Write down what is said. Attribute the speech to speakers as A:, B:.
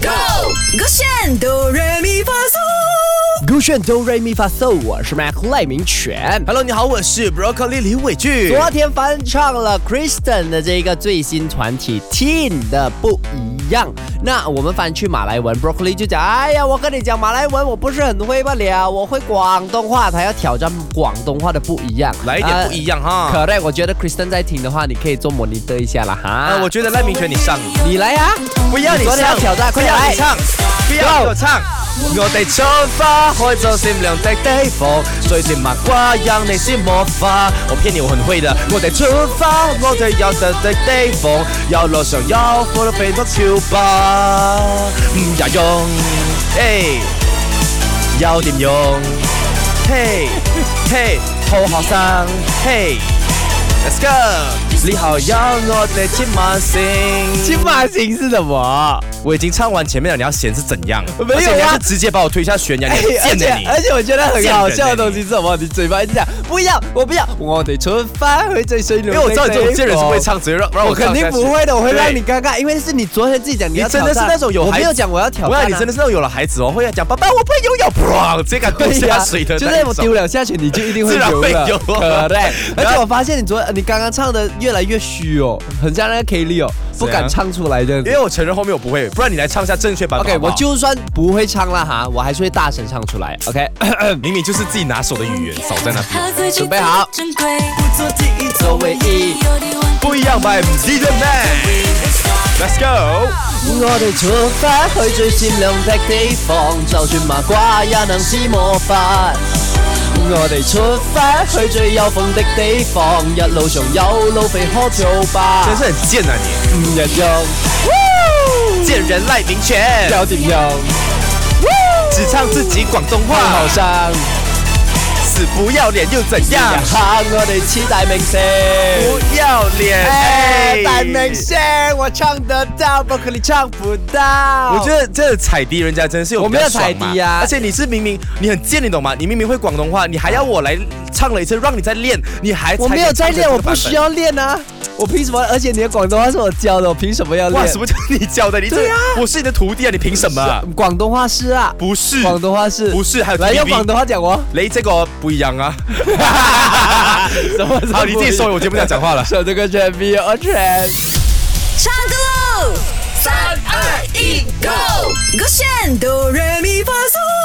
A: Go，勾选哆来咪发嗦。
B: 勾选 Do Re Mi Fa So，我是 Mac 赖明全。
C: Hello，你好，我是 Broccoli 李伟俊。
B: 昨天翻唱了 Kristen 的这个最新团体 Teen 的不一样。那我们翻去马来文，Broccoli 就讲：哎呀，我跟你讲，马来文我不是很会不了，我会广东话，他要挑战广东话的不一样，
C: 来一点不一
B: 样。
C: 样哈。
B: 可对，我觉得 Kristen 在听的话，你可以做模拟的一下了哈。
C: 啊，我觉得赖明权你啊上，
B: 你来呀、
C: 不要你
B: 昨天要
C: 上，
B: 挑战，
C: 不
B: 快点
C: 要
B: 来
C: 你唱，不要我唱。我哋出發開咗善良的地方，最善麻瓜讓你先魔法。我騙你，我很會的。我哋出發，我哋有特的地方，有路上有火都被我超吧。唔有用，誒，有點用，嘿，嘿，好學生，嘿，Let's go。你好，有我哋千萬星。
B: 金发型是什么？
C: 我已经唱完前面了，你要嫌是怎样？
B: 没有啊
C: 而且你要是直接把我推下悬崖，你
B: 哎而
C: 贱
B: 且
C: 的你！
B: 而且我觉得很好笑的
C: 贱人
B: 东西是什么？你嘴巴一直讲不要，我不要，我得春发回最深入。
C: 因为我知道你这种贱人是不会，唱，直接让让
B: 我
C: 唱
B: 肯定
C: 下去
B: 不会的，我会让你
C: 对
B: 尴尬，因为是你昨天自己讲你要
C: 你真的
B: 挑战
C: 是那种有
B: 我
C: 孩
B: 没
C: 子
B: 有讲我要挑
C: 我
B: 战啊，
C: 让你真的是那种有了孩子哦，会要讲爸爸我不会游泳，砰，直接敢丢
B: 对呀
C: 下水的
B: 就
C: 那
B: 是
C: 一
B: 我
C: 种。
B: 丢了下去，你就一定会
C: 自然
B: 游
C: 会啊
B: 了，
C: 游
B: 可对。 而
C: 然
B: 且
C: 后
B: 我发现你昨你刚刚唱的越来越虚哦，很像那个 Kelly 哦，不
C: 怎样
B: 敢唱出来这样子
C: 因。为我承认后面我不会，不然你来唱一下正确版本
B: OK，
C: 好不
B: 我
C: 好。
B: 就算不会唱了哈，我还是会大声唱出来。OK，
C: 明明就是自己拿手的语言，少在那边。
B: 准备好
D: 珍贵，
C: 做第一
B: 作为一。
C: 不一样，by DJ Man，Let's go。
B: 我哋出發去最善良的地方，就算麻瓜也能施魔法。我哋出發去最有風的地方，一路上有路被可走吧。
C: 真是很贱啊你！
B: 唔日用，
C: 贱人赖明权，
B: 有點用，
C: 只唱自己广东
B: 好
C: 话
B: 後，生。
C: 死不要脸又怎样？
B: 下啊我哋黐大明星。
C: 不要脸，
B: 哎
C: 哎，
B: 大明星，我唱得到，不可你唱不到。
C: 我觉得这踩低人家真是有
B: 我
C: 比
B: 没有
C: 较爽嘛
B: 踩低啊
C: 而且你是明明你很贱，你懂吗？你明明会广东话，你还要我来唱了一次，让你再练，你还
B: 我
C: 才
B: 没有
C: 可以
B: 在
C: 唱成
B: 练，
C: 这
B: 我
C: 个版
B: 不
C: 本
B: 需。要练啊。我凭什么？而且你的广东话是我教的，我凭什么要练？
C: 哇，什么叫你教的？你这
B: 对啊
C: 我是你的徒弟啊，你凭什么？
B: 广东话是啊，
C: 不是，
B: 广东话是
C: 不是，还有
B: 来用
C: TVB
B: 广东话讲哦。
C: 雷这个不一 样啊。
B: 什么
C: 好，你自己收尾，我节目不想讲话了。
B: 手这个全民安全。
A: 唱歌喽！三二一，Go！勾选哆来咪发嗦。